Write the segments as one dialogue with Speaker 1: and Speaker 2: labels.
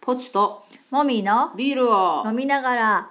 Speaker 1: ポチと
Speaker 2: もみの
Speaker 1: ビールを
Speaker 2: 飲みながら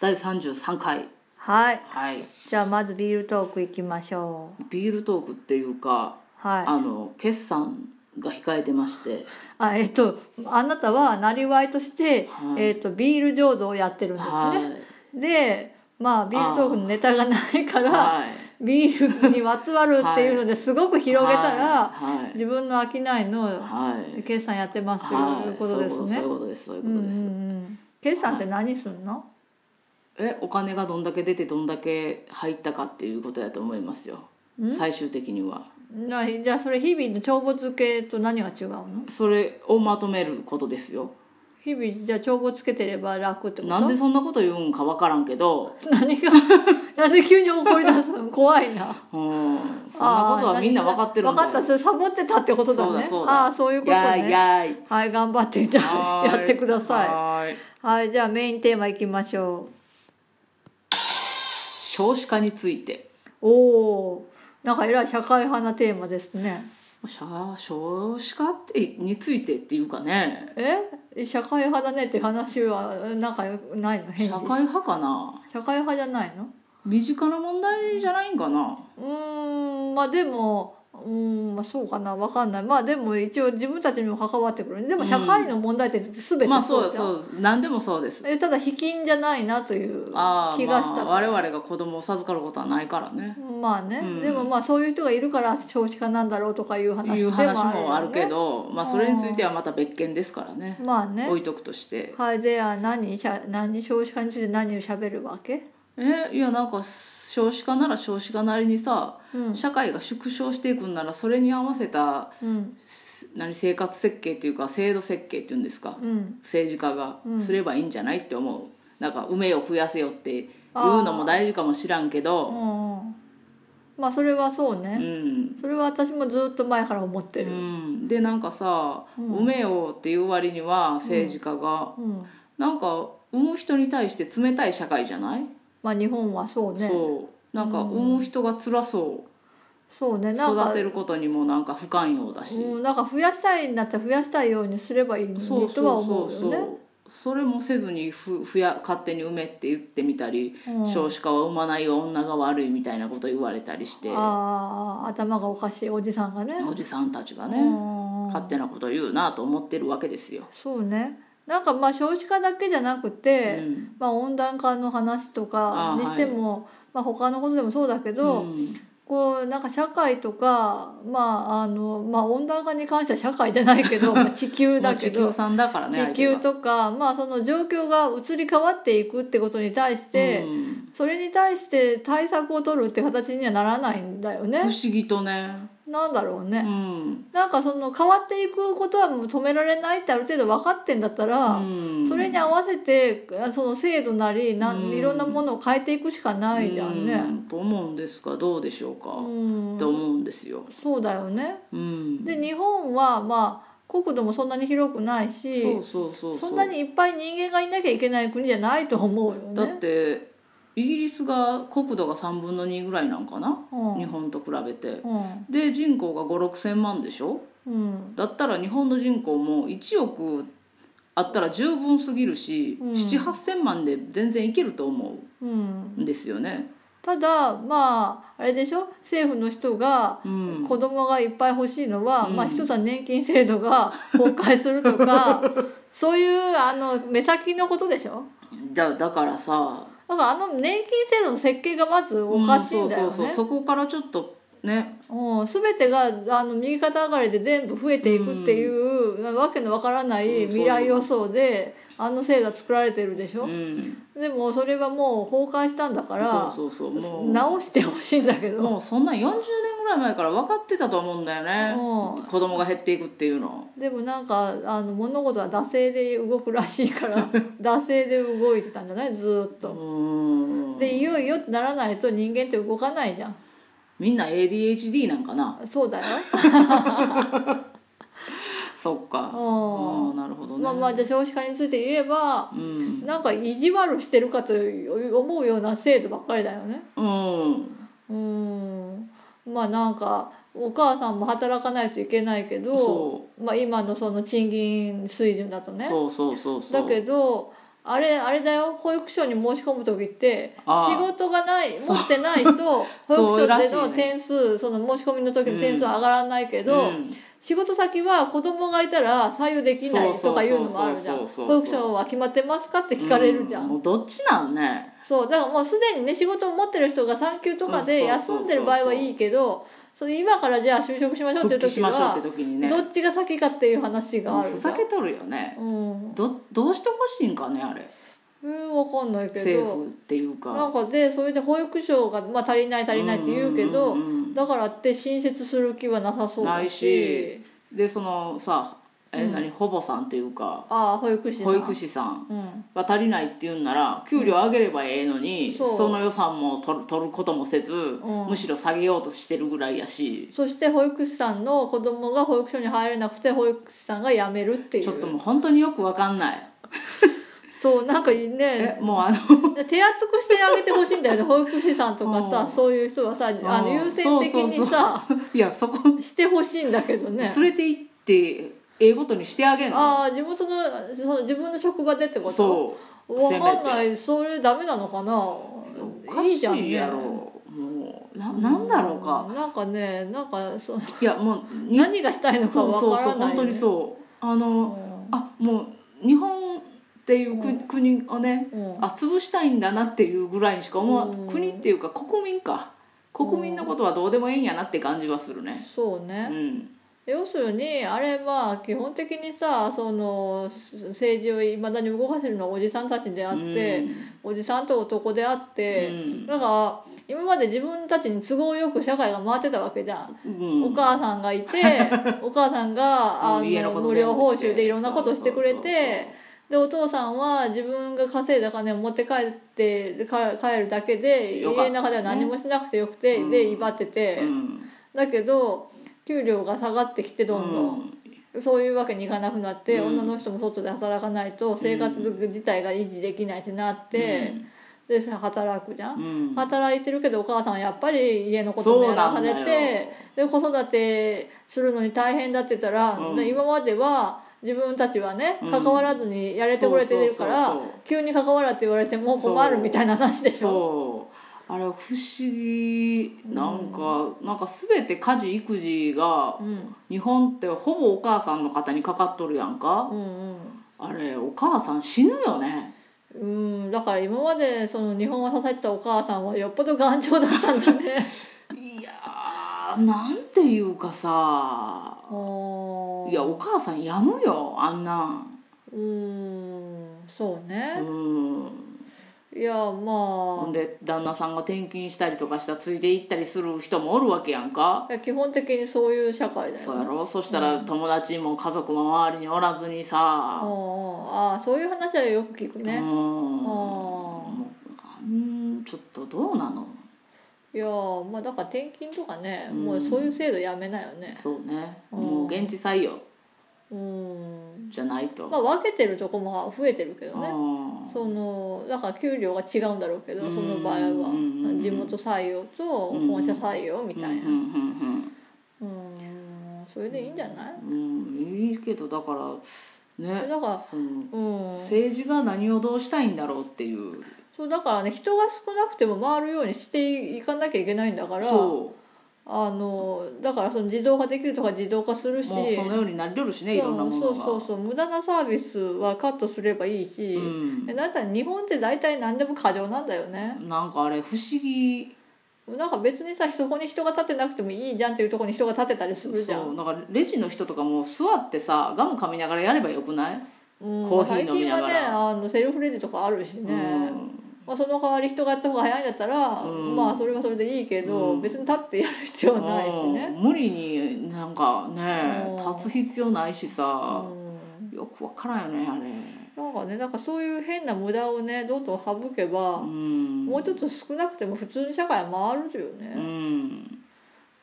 Speaker 1: 第33回
Speaker 2: はい
Speaker 1: はい
Speaker 2: じゃあまずビールトークいきましょう
Speaker 1: ビールトークっていうか、
Speaker 2: は
Speaker 1: あ
Speaker 2: い
Speaker 1: の決算が控えてまして
Speaker 2: あえっとあなたはなりわいとして、
Speaker 1: はい
Speaker 2: えっとビール醸造をやってるんですね、
Speaker 1: は
Speaker 2: でまあビールトークのネタがないか
Speaker 1: い
Speaker 2: ら、
Speaker 1: はい
Speaker 2: ビールにまつわるっていうのですごく広げたら、
Speaker 1: はい
Speaker 2: 自分の商いの
Speaker 1: はい
Speaker 2: 決算やってますと
Speaker 1: はい
Speaker 2: いうことです
Speaker 1: そう
Speaker 2: ね
Speaker 1: いう。ことですそういう
Speaker 2: う
Speaker 1: こ
Speaker 2: んう
Speaker 1: とです、
Speaker 2: んうん決算って何すんの？
Speaker 1: えお金がどんだけ出てどんだけ入ったかっていうことだと思いますよ最終的には
Speaker 2: なじゃあそれ日々の帳簿付けと何が違うの？
Speaker 1: それをまとめることですよ
Speaker 2: 日々じゃあ帳簿つけてれば楽ってこと？
Speaker 1: なんでそんなこと言うんか分からんけど、
Speaker 2: 何が なんで急に怒り出すの？怖いな。
Speaker 1: うん、そんなことはみんな分かってるんだ
Speaker 2: 分
Speaker 1: よ
Speaker 2: かったそれサボってたってことだね。
Speaker 1: そうだそうだ
Speaker 2: ああそういうこと
Speaker 1: や
Speaker 2: ね。
Speaker 1: いやい
Speaker 2: はい頑張ってじゃあ
Speaker 1: はーい
Speaker 2: やってください。
Speaker 1: はーい
Speaker 2: はいじゃあメインテーマいきましょう。
Speaker 1: 少子化について
Speaker 2: おおなんかえらい社会派なテーマですね
Speaker 1: しゃ少子化ってについてっていうかね
Speaker 2: え社会派だねって話はなんかないの返
Speaker 1: 社
Speaker 2: 事
Speaker 1: 会派かな
Speaker 2: 社会派じゃないの
Speaker 1: 身近な問題じゃないんかな
Speaker 2: うーんまあでもうーんまあそうかなわかんないまあでも一応自分たちにも関わってくるねでも社会の問題って全てそうじゃん、
Speaker 1: まあそうだそうだ何でもそうです
Speaker 2: えただ非金じゃないなという気
Speaker 1: あ
Speaker 2: が
Speaker 1: あ
Speaker 2: した
Speaker 1: まあ、我々が子供を授かることはないからね
Speaker 2: まあね、
Speaker 1: うん
Speaker 2: でもまあそういう人がいるから少子化なんだろうとかいう話
Speaker 1: い
Speaker 2: で
Speaker 1: う
Speaker 2: もあるよ、ね、
Speaker 1: 話もあるけど、まあ、それについてはまた別件ですからね
Speaker 2: まあね
Speaker 1: 置いとくとして
Speaker 2: はい、では何しゃ何少子化について何をしゃべるわけ、
Speaker 1: えいやなんか少子化なら少子化なりにさ、
Speaker 2: うん
Speaker 1: 社会が縮小していくんならそれに合わせた
Speaker 2: うん
Speaker 1: 何生活設計っていうか制度設計っていうんですか、
Speaker 2: うん、
Speaker 1: 政治家が
Speaker 2: うん
Speaker 1: すればいいんじゃないって思うなんか梅を増やせよっていうのも大事かもしらんけ
Speaker 2: う
Speaker 1: ど
Speaker 2: んうん、まあそれはそう
Speaker 1: う
Speaker 2: ね、
Speaker 1: ん、
Speaker 2: それは私もずっと前から思っ
Speaker 1: う
Speaker 2: てる、
Speaker 1: ん、でなんかさ、
Speaker 2: うん
Speaker 1: 梅をっていう割には政治家が、
Speaker 2: うん
Speaker 1: なんか産む人に対して冷たい社会じゃない、
Speaker 2: まあ日本はそうねそう
Speaker 1: そうなんか産む人が辛そう
Speaker 2: ねなんか
Speaker 1: 育てることにもなんか不寛容だし、
Speaker 2: うん、なんか増やしたいんだったら増やしたいようにすればいいのに
Speaker 1: そうそう
Speaker 2: とは
Speaker 1: そ
Speaker 2: 思
Speaker 1: う
Speaker 2: うよ
Speaker 1: そう、
Speaker 2: ね
Speaker 1: それもせずにふふや勝手に埋めって言ってみたり、
Speaker 2: うん
Speaker 1: 少子化は産まない女が悪いみたいなこと言われたりして
Speaker 2: ああ頭がおかしいおじさんがね
Speaker 1: おじさんたちが
Speaker 2: う
Speaker 1: ね、
Speaker 2: ん
Speaker 1: 勝手なこと言うなと思ってるわけですよ。
Speaker 2: そうねなんかまあ少子化だけじゃなくて、
Speaker 1: うん
Speaker 2: まあ、温暖化の話と
Speaker 1: あ
Speaker 2: か
Speaker 1: ー
Speaker 2: にしてもまあ、他のことでもそうだけど、
Speaker 1: うん
Speaker 2: こうなんか社会とか、まああのまあ、温暖化に関しては社会じゃない けどまあ地球
Speaker 1: まあ
Speaker 2: だけ
Speaker 1: 地
Speaker 2: ど
Speaker 1: 球さんだからね
Speaker 2: 地球とか、まあ、その状況が移り変わっていくってことに対し
Speaker 1: 相手
Speaker 2: て
Speaker 1: が、うん
Speaker 2: それに対して対策を取るって形にはならないんだよ
Speaker 1: 不
Speaker 2: ね。
Speaker 1: 思議とね、
Speaker 2: なんだろう
Speaker 1: う
Speaker 2: ね。
Speaker 1: ん
Speaker 2: なんかその変わっていくことはもう止められないってある程度分かってんだったら、
Speaker 1: うん
Speaker 2: それに合わせてあその制度なりなん
Speaker 1: うん
Speaker 2: いろんなものを変えていくしかないじゃん
Speaker 1: う
Speaker 2: ね。
Speaker 1: んと思うんですがどうでしょうか、
Speaker 2: うん
Speaker 1: と思うんですよ。
Speaker 2: そうだよね。
Speaker 1: うん、
Speaker 2: で日本はまあ国土もそんなに広くないし
Speaker 1: そうそうそうう
Speaker 2: そんなにいっぱい人間がいなきゃいけない国じゃないと思うよね。
Speaker 1: だってイギリスが国土が3分の2ぐらいなんかな、
Speaker 2: うん
Speaker 1: 日本と比べて
Speaker 2: うん
Speaker 1: で人口が5 6千万でしょ
Speaker 2: うん
Speaker 1: だったら日本の人口も1億あったら十分すぎるし、
Speaker 2: うん
Speaker 1: 7 8千万で全然いけると思
Speaker 2: うん、
Speaker 1: うんですよね、
Speaker 2: ただまああれでしょ政府の人が
Speaker 1: うん、
Speaker 2: 子供がいっぱい欲しいのは、
Speaker 1: うん
Speaker 2: まあ一つは年金制 度が崩壊するとかそういうあの目先のことでしょ
Speaker 1: だだからさ
Speaker 2: だからあの年金制度の設計がまずおかしいんだよね。
Speaker 1: うそうそうそうそこからちょっとね
Speaker 2: うん、全てがあの右肩上がりで全部増えていくっていう、わけのわからない
Speaker 1: うん
Speaker 2: 未来予想で、あの制度は作られてるでし
Speaker 1: う
Speaker 2: ょ、
Speaker 1: ん
Speaker 2: でもそれはもう崩壊したんだから
Speaker 1: そうそうそうもう
Speaker 2: 直してほしいんだけど、
Speaker 1: もうそんなん40年ぐらい前から分かってたと思うんだよね
Speaker 2: う
Speaker 1: 子供が減っていくっていうの
Speaker 2: でもなんかあの物事は惰性で動くらしいから 惰性で動いてたんじゃないずーっ
Speaker 1: う
Speaker 2: と。
Speaker 1: ーん
Speaker 2: でいよいよってならないと人間って動かないじゃん。
Speaker 1: みんな ADHD なんかな
Speaker 2: そうだよ。
Speaker 1: そっか
Speaker 2: うん
Speaker 1: あーなるほどね、
Speaker 2: まあまあじゃあ少子化について言えば、
Speaker 1: うん
Speaker 2: なんか意地悪してるかと思うような制度ばっかりだよね
Speaker 1: うん
Speaker 2: うーんまあなんかお母さんも働かないといけないけど、
Speaker 1: そ
Speaker 2: まあ、今のその賃金水準だと
Speaker 1: う
Speaker 2: ね
Speaker 1: そうそうそうそう
Speaker 2: だけどあれあれだよ保育所に申し込む時って
Speaker 1: ああ
Speaker 2: 仕事がない持ってないと 保
Speaker 1: そう
Speaker 2: 育所
Speaker 1: らし
Speaker 2: で
Speaker 1: いね
Speaker 2: の点数その申し込みの時の点数は上がらないけど、
Speaker 1: うん
Speaker 2: 仕事先は子供がいたら採用できないとかいうのもあるじゃん
Speaker 1: そうそうそうそうそう
Speaker 2: 保育所は決まってますかって聞かれるじゃん、
Speaker 1: うもうどっちなんね
Speaker 2: そうだからもうすでにね仕事を持ってる人が産休とかで
Speaker 1: うんそうそうそう
Speaker 2: 休んでる場合はいいけどそれ今からじゃあ就職しましょうってい
Speaker 1: 復
Speaker 2: う
Speaker 1: 帰し
Speaker 2: 時
Speaker 1: ましょうっ
Speaker 2: は
Speaker 1: て時にね
Speaker 2: どっちが先かっていう話があ
Speaker 1: もう
Speaker 2: る
Speaker 1: ふ
Speaker 2: じゃ
Speaker 1: ざ
Speaker 2: ん
Speaker 1: けとるよね
Speaker 2: うん、
Speaker 1: どどうしてほしいんかねあれ
Speaker 2: うん、分かんないけ
Speaker 1: 政
Speaker 2: ど
Speaker 1: 府っていう
Speaker 2: な
Speaker 1: か
Speaker 2: んかでそれで保育所が、まあ、足りない足りないって言うけど、
Speaker 1: んうんうんうん
Speaker 2: だからって新設する気はなさそうだし
Speaker 1: ないしでそのさえ何保母さんっていうか
Speaker 2: ああ保育士さん
Speaker 1: 保育士さん
Speaker 2: うん
Speaker 1: が足りないっていうんなら給料上げればええのに、
Speaker 2: そう
Speaker 1: その予算も取る取ることもせず、むしろ下げようとしてるぐらいやし
Speaker 2: そして保育士さんの子供が保育所に入れなくて保育士さんが辞めるっていう
Speaker 1: ちょっともう本当によくわかんない
Speaker 2: そうなんかね
Speaker 1: えもうあの
Speaker 2: 手厚くしてあげてほしいんだよね保育士さんとか
Speaker 1: う
Speaker 2: さ
Speaker 1: ん
Speaker 2: そういう人はさあの
Speaker 1: うん
Speaker 2: 優先的にさ
Speaker 1: そうそう そういやそこ
Speaker 2: してほしいんだけどね
Speaker 1: 連れて行ってええことにしてあげんの
Speaker 2: ああ自分そのその自分の職場でってこと
Speaker 1: そう
Speaker 2: わ
Speaker 1: せ
Speaker 2: か
Speaker 1: め
Speaker 2: ん
Speaker 1: て
Speaker 2: ないそれダメなのか
Speaker 1: お
Speaker 2: な
Speaker 1: か
Speaker 2: い
Speaker 1: し
Speaker 2: いじゃんね
Speaker 1: いやろもうななんだろうか
Speaker 2: んなんかねなんかその
Speaker 1: いやもうに
Speaker 2: 何がしたいのか
Speaker 1: そう
Speaker 2: わ
Speaker 1: そう
Speaker 2: か
Speaker 1: そう
Speaker 2: らな
Speaker 1: 本
Speaker 2: い
Speaker 1: 当に
Speaker 2: ね
Speaker 1: そうあのあもう日本っていう国,、国をね
Speaker 2: うんうん
Speaker 1: あ潰したいんだなっていうぐらいにしか思わ、
Speaker 2: うん
Speaker 1: 国っていうか国民か国民のことはどうでもええんやなって感じはするね
Speaker 2: そう
Speaker 1: う
Speaker 2: ね
Speaker 1: ん
Speaker 2: 要するにあれは基本的にさそのす政治をいまだに動かせるのはおじさんたちであって、おじさんと男であっ
Speaker 1: う
Speaker 2: て、
Speaker 1: ん
Speaker 2: だから今まで自分たちに都合よく社会が回ってたわけじゃん。
Speaker 1: うん
Speaker 2: お母さん がいてお母さんがあ
Speaker 1: うん家のこと
Speaker 2: の無
Speaker 1: 全部
Speaker 2: 料報酬でいろんなことしてくれ
Speaker 1: そうそうそう
Speaker 2: てでお父さんは自分が稼いだ金を持って帰ってか帰るだけで家
Speaker 1: よかった
Speaker 2: の中では何もしなくてよくて、
Speaker 1: うん
Speaker 2: で威張ってて。
Speaker 1: そううん
Speaker 2: だけど給料が下がってきてどんどん、そういうわけにいかなくなって、
Speaker 1: うん
Speaker 2: 女の人も外で働かないと生活自体が維持できないってなって、でさ働くじゃ
Speaker 1: うん
Speaker 2: ん、
Speaker 1: うん
Speaker 2: 働いてるけどお母さんはやっぱり家のこともやらされ
Speaker 1: そうなんだよ
Speaker 2: てで子育てするのに大変だって言ったら、
Speaker 1: うん
Speaker 2: で今までは自分たちはね
Speaker 1: うん
Speaker 2: 関わらずにやれてくれてるから、
Speaker 1: そうそうそうそう
Speaker 2: 急に関わらって言われても困るみたいな話でしょ。
Speaker 1: そうあれ不思議なんか、なんか全て家事育児が
Speaker 2: うん
Speaker 1: 日本ってほぼお母さんの方にかかっとるやんか
Speaker 2: う、んうん
Speaker 1: あれお母さん死ぬよね
Speaker 2: うんだから今までその日本を支えてたお母さんはよっぽど頑丈だったんだ ね
Speaker 1: いやーなんていうかさ
Speaker 2: うん
Speaker 1: いやお母さんやむよあんなん
Speaker 2: うんそう
Speaker 1: う
Speaker 2: ね
Speaker 1: ん
Speaker 2: いやま
Speaker 1: ほ
Speaker 2: あ
Speaker 1: んで旦那さんが転勤したりとかしたらついていったりする人もおるわけやんか
Speaker 2: いや基本的にそういう社会だよね
Speaker 1: そうやろそしたら友達も家族も周りにおらずに
Speaker 2: うん
Speaker 1: さ
Speaker 2: うんああそういう話はよく聞く
Speaker 1: う
Speaker 2: ねうん
Speaker 1: んうんちょっとどうなの
Speaker 2: いやまあだから転勤とかね
Speaker 1: うん
Speaker 2: もうそういう制度やめなよね
Speaker 1: そうね
Speaker 2: うん
Speaker 1: もう現地採用
Speaker 2: うん
Speaker 1: じゃないと、
Speaker 2: まあ分けてるとこも増えてるけどね
Speaker 1: うん
Speaker 2: そのだから給料が違うんだろうけど
Speaker 1: うん
Speaker 2: その場合
Speaker 1: うんうんう
Speaker 2: は
Speaker 1: ん
Speaker 2: 地元採用と
Speaker 1: うん
Speaker 2: 本社採用みたいな
Speaker 1: うんうん
Speaker 2: うんそれでいいんじゃない
Speaker 1: うんうん、うん、いいけどだからね
Speaker 2: だから
Speaker 1: その
Speaker 2: うん
Speaker 1: 政治が何をどうしたいんだろうっていう
Speaker 2: そうだからね人が少なくても回るようにしていかなきゃいけないんだから
Speaker 1: そ
Speaker 2: あのだからその自動化できるとか自動化する
Speaker 1: う
Speaker 2: し
Speaker 1: もうそのようになりよるしねいろんなものが
Speaker 2: そうそうそう無駄なサービスはカットすればいいし、
Speaker 1: うん
Speaker 2: えだったら日本って大体何でも過剰なんだよね
Speaker 1: なんかあれ不思議
Speaker 2: なんか別にさそこに人が立てなくてもいいじゃんっていうところに人が立てたりするじゃん
Speaker 1: そうだからレジの人とかも座ってさガム噛みながらやればよくない、
Speaker 2: うん
Speaker 1: コーヒー飲みながら
Speaker 2: 最近はねあのセルフレジとかあるしね、
Speaker 1: うん
Speaker 2: まあ、その代わり人がやった方が早いんだったら、
Speaker 1: うん
Speaker 2: まあそれはそれでいいけど、
Speaker 1: うん
Speaker 2: 別に立ってやる必要はないしね、
Speaker 1: うん無理になんかね
Speaker 2: うん
Speaker 1: 立つ必要ないし
Speaker 2: う
Speaker 1: さ、
Speaker 2: ん
Speaker 1: よくわからんよねあれ
Speaker 2: なんかねなんかそういう変な無駄をねどんどん省けば、
Speaker 1: うん
Speaker 2: もうちょっと少なくても普通に社会は回るよ
Speaker 1: う
Speaker 2: ね、
Speaker 1: ん
Speaker 2: うん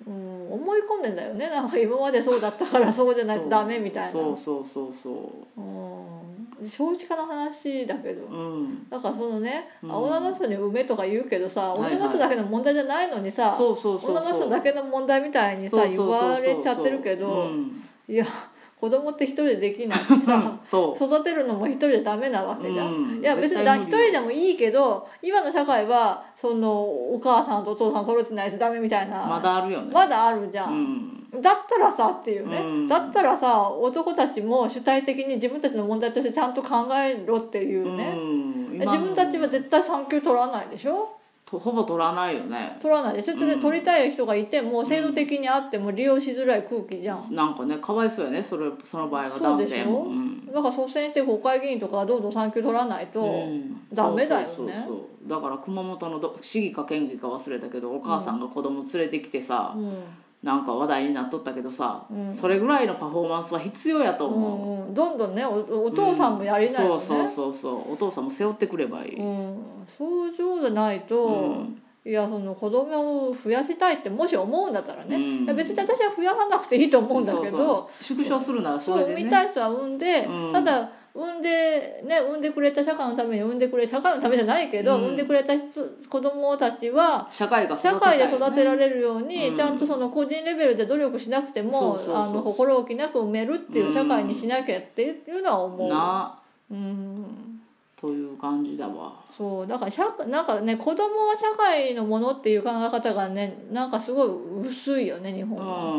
Speaker 2: うん、思い込んでんだよね なんか今までそうだったからそうじゃない
Speaker 1: そ
Speaker 2: と
Speaker 1: う
Speaker 2: ダメみたいな
Speaker 1: そううそうそうそ
Speaker 2: ん、少子化の話だけど
Speaker 1: ううん
Speaker 2: だからそのね、
Speaker 1: うん
Speaker 2: あ女の人に梅とか言うけどさ
Speaker 1: はいはい
Speaker 2: 女の人だけの問題じゃないのにさ、
Speaker 1: そうそうそうそう
Speaker 2: 女の人だけの問題みたいにさ
Speaker 1: そう
Speaker 2: 言
Speaker 1: そうそう
Speaker 2: わ
Speaker 1: そう
Speaker 2: れちゃってるけど、
Speaker 1: うん
Speaker 2: いや子供って一人でできない しさ
Speaker 1: そ
Speaker 2: 育てるのも一人じゃダメなわ
Speaker 1: う、
Speaker 2: けじゃん。
Speaker 1: うん
Speaker 2: いや別にだ一人でもいいけど今の社会はそのお母さんとお父さん揃ってないとダメみたいな
Speaker 1: まだあるよね
Speaker 2: まだあるじゃ、
Speaker 1: うんん
Speaker 2: だったらさっていうね、
Speaker 1: うん
Speaker 2: だったらさ男たちも主体的に自分たちの問題としてちゃんと考えろっていうね、
Speaker 1: うん、
Speaker 2: え
Speaker 1: 今の
Speaker 2: 自分たちは絶対産休取らないでしょ
Speaker 1: とほぼ取らないよね
Speaker 2: 取らないでそれで
Speaker 1: うん
Speaker 2: 取りたい人がいても制度的にあっても利用しづらい空気じゃん、
Speaker 1: なんかねかわいそうやねそれその場合は
Speaker 2: そう
Speaker 1: 男
Speaker 2: でしょ
Speaker 1: 性もうん
Speaker 2: だから率先して国会議員とかはどんどん産休取らないと、
Speaker 1: うん
Speaker 2: ダメだよね
Speaker 1: そうそうそうそうだから熊本のど市議か県議か忘れたけどお母さんが子供連れてきてさ、
Speaker 2: うん
Speaker 1: なんか話題になっとったけどさ、
Speaker 2: うん
Speaker 1: それぐらいのパフォーマンスは必要やと
Speaker 2: う
Speaker 1: 思う、
Speaker 2: んうん、どんどんねおお父さんもやりなよね、
Speaker 1: そうそうそうそうお父さんも背負ってくればいい、
Speaker 2: うん、そうじゃないと、
Speaker 1: うん
Speaker 2: いやその子供を増やしたいってもし思うんだったらね、
Speaker 1: うん
Speaker 2: いや別に私は増やさなくていいと思うんだけど
Speaker 1: そうそう縮小するならそ
Speaker 2: そう
Speaker 1: れ
Speaker 2: 産
Speaker 1: で
Speaker 2: み
Speaker 1: ね
Speaker 2: たい人は産んで、
Speaker 1: うん
Speaker 2: ただ産んでね産んでくれた社会のために産んでくれ社会のためじゃないけど、
Speaker 1: うん
Speaker 2: 産んでくれた人子供たちは
Speaker 1: 社会が育てたい
Speaker 2: 社会で
Speaker 1: よね
Speaker 2: 育てられるように、
Speaker 1: うん
Speaker 2: ちゃんとその個人レベルで努力しなくても
Speaker 1: そうそうそう
Speaker 2: あの心置きなく産めるっていう社会にしなきゃっていうのは思う。
Speaker 1: な
Speaker 2: うん
Speaker 1: という感じだわ
Speaker 2: そうだから社なんかね子供は社会のものっていう考え方がねなんかすごい薄いよね日本は、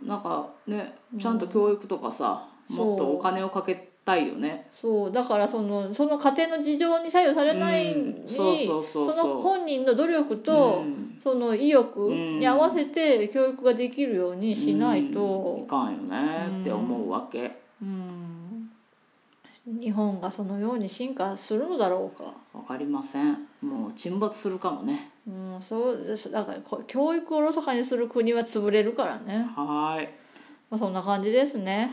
Speaker 1: うんなんかねちゃんと教育とかさ、
Speaker 2: うん
Speaker 1: もっとお金をかけたいよね
Speaker 2: そうだからそのその家庭の事情に左右されないに、
Speaker 1: うんそうそうそうそう
Speaker 2: その本人の努力と、
Speaker 1: うん
Speaker 2: その意欲に合わせて教育ができるようにしない
Speaker 1: うんい
Speaker 2: と、
Speaker 1: かんよねって思うわけ、
Speaker 2: うん日本がそのように進化するのだろうか。
Speaker 1: わかりませんもう沈没するかもね
Speaker 2: うん、そうですだからこ教育をおろそかにする国は潰れるからね、
Speaker 1: はーい
Speaker 2: まあ、そんな感じですね。